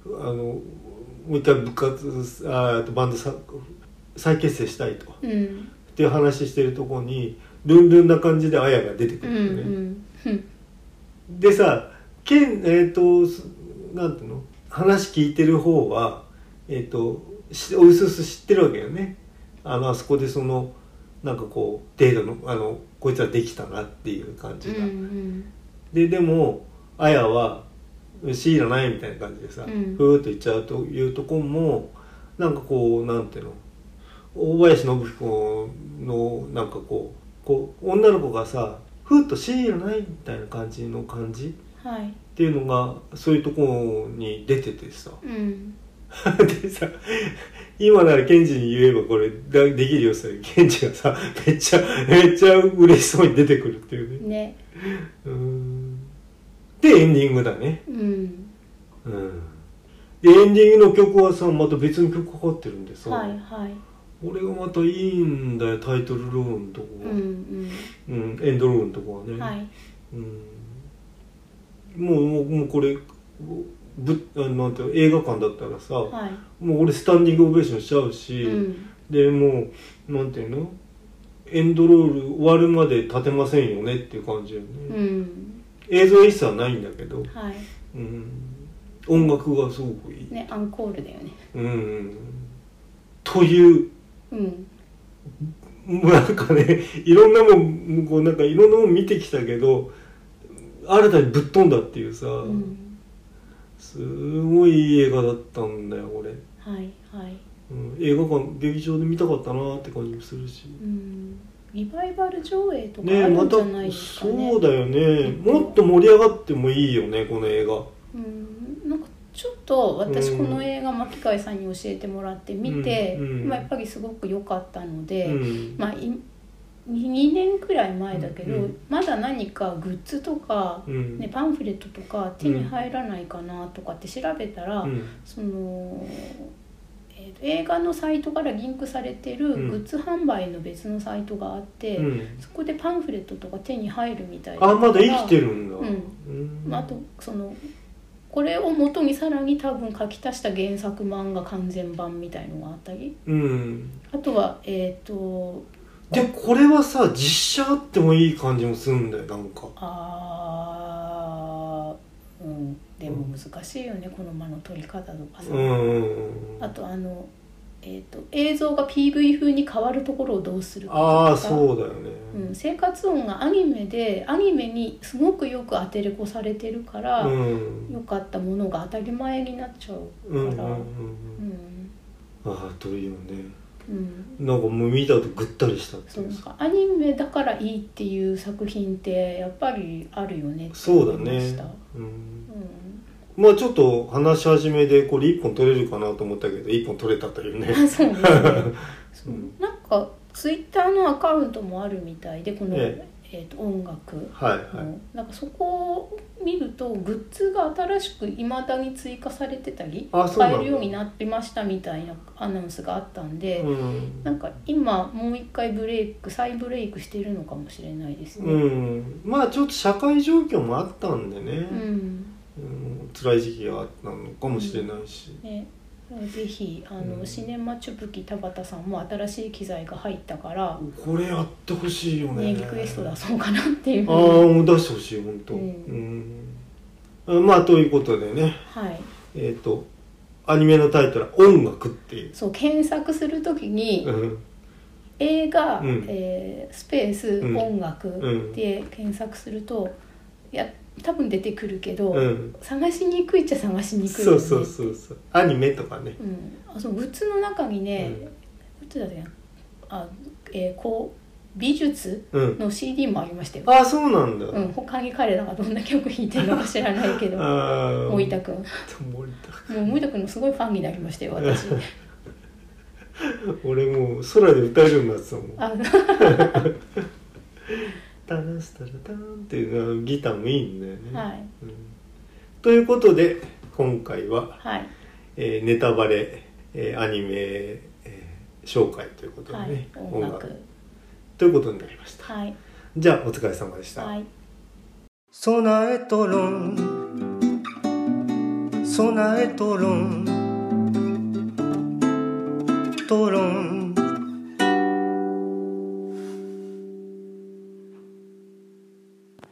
のもう一回復活あえっとバンドさ再結成したいとっ
うん
ていう話してるとこにルンルンな感じであやが出てく
う
る
んうん
だよね、
うんうん
でさけんえっ、とすなんていうの話聞いてる方はえっ、としおうすうす知ってるわけよねあのあそこでそのなんかこうデートのあのこいつはできたなっていう感じが、
うん
ででもあやは「知らない」みたいな感じでさ、
うん
ふーっと言っちゃうというとこもなんかこうなんていうの大林信彦のなんかこうこう女の子がさふーっと「知らない」みたいな感じの感じ
はい
っていうのがそういうとこに出ててさ
うん
でさ今ならケンジに言えばこれだできるよさケンジがさめっちゃめっちゃ嬉しそうに出てくるっていうね
ね
うーんでエンディングだね
うん
うんでエンディングの曲はさまた別の曲かかってるんでさ、
はいはい
俺がまたいいんだよタイトルローンとこ
うん
うん、エンドローンとこは
う
ね、
んはい
うんもうもうもうこれぶあなんていうの映画館だったらさ、
はい
もう俺スタンディングオベーションしちゃうし、
うん
でもうなんていうのエンドロール終わるまで立てませんよねっていう感じよね、
うん
映像一切ないんだけど、
はい
うん、音楽がすごくいい、
ねアンコールだよね
うんうん、という
うん
もうなんかね いろんなもんこうなんかいろんなもん見てきたけど新たにぶっ飛んだっていうさ、
うん
すごいいい映画だったんだよ俺、
はいはい
うん、映画館劇場で見たかったなって感じもするし
うんリバイバル上映とか
ね
ある
ま
ん
た
じゃないですかね
そうだよね
うん
もっと盛り上がってもいいよねこの映画
うんなんかちょっと私
う
こ
ん
の映画巻貝さんに教えてもらって見て、
うんうん
まあ、やっぱりすごく良かったの
う
で、
ん
まあ、い2年くらい前だけど、
うん
まだ何かグッズとか、
うん
ね、パンフレットとか手に入らないかなとかって調べたら、
うん
その、えーと映画のサイトからリンクされてるグ
うん
ッズ販売の別のサイトがあって、
うん
そこでパンフレットとか手に入るみたい
あまだ生きて
る、
るんだ
うん
うん
まあ、あとそのこれを元にさらに多分書き足した原作漫画完全版みたいのがあったり
うん
あとはえっ、と
でこれはさ実写あってもいい感じもするんだよなんか
あーうんでも難しいよね、この間の撮り方とかさ、
うんうんう
あ
ん
とあの、えー、と映像が PV 風に変わるところをどうするかとか
ああそうだよね
うん、生活音がアニメでアニメにすごくよく当てれこされてるから、
う
良
ん
よかったものが当たり前になっちゃう
うんうんうん
から、う
うん
ん
ああというよね
うん
なんかもう見たとぐったりしたって
そう
いう
なん
さ
かアニメだからいいっていう作品ってやっぱりあるよねって
そうだ
思いまし
ね
た
うん
う
まあちょっと話し始めでこれ一本取れるかなと思ったけど一本取れたというね
ん、 そうですねそう
うん
なんかツイッターのアカウントもあるみたいでこの、
え
えー、と音楽の、
はいはい
なんかそこを見るとグッズが新しくいまだに追加されてたり
あそうなん
買
だ
えるようになってましたみたいなアナウンスがあったんで、
うん
なんか今もう一回ブレイク再ブレイクしてるのかもしれないです
う
ね。
ん、まあちょっと社会状況もあったんでね、
うん
うん、辛い時期があったのかもしれないし、
ね、ぜひあの、
うん
シネマチュプキ田畑さんも新しい機材が入ったから、
これやってほしいよね
ね、リクエスト出そうかなっていうふ
ああ
うに
もう出してほしい本当、う
うん
んまあということでね
はい
えっ、とアニメのタイトルは「音楽」っていう、
そう検索するときに、
うん
映画、
うん
えースペース、
うん
音楽
ん
で検索するといや多分出てくるけど、
うん、
探しにくいっちゃ探しにくいよ
そ
ね
うそうそうそうアニメとかね
うん、あそうグッズの中にね、
うん
グッズだねあ、えーこう美術
うん
の CD もありましたよ、
ああそうなんだ、
うん、他に彼らがどんな曲弾いてるのか知らないけど
ああ
森田君も
森田
う森田君のすごいファンになりましたよ私
俺もう空で歌えるようになってたもん
あ
タラスタラタンっていうのはギターもいいんだよね、
はい
うんということで今回は、
はい
えーネタバレ、えーアニメ、えー紹介ということで
は
ね
い、音楽
ということになりました
はい
じゃあお疲れ様でした、
はい
備えとろん備えとろんとろん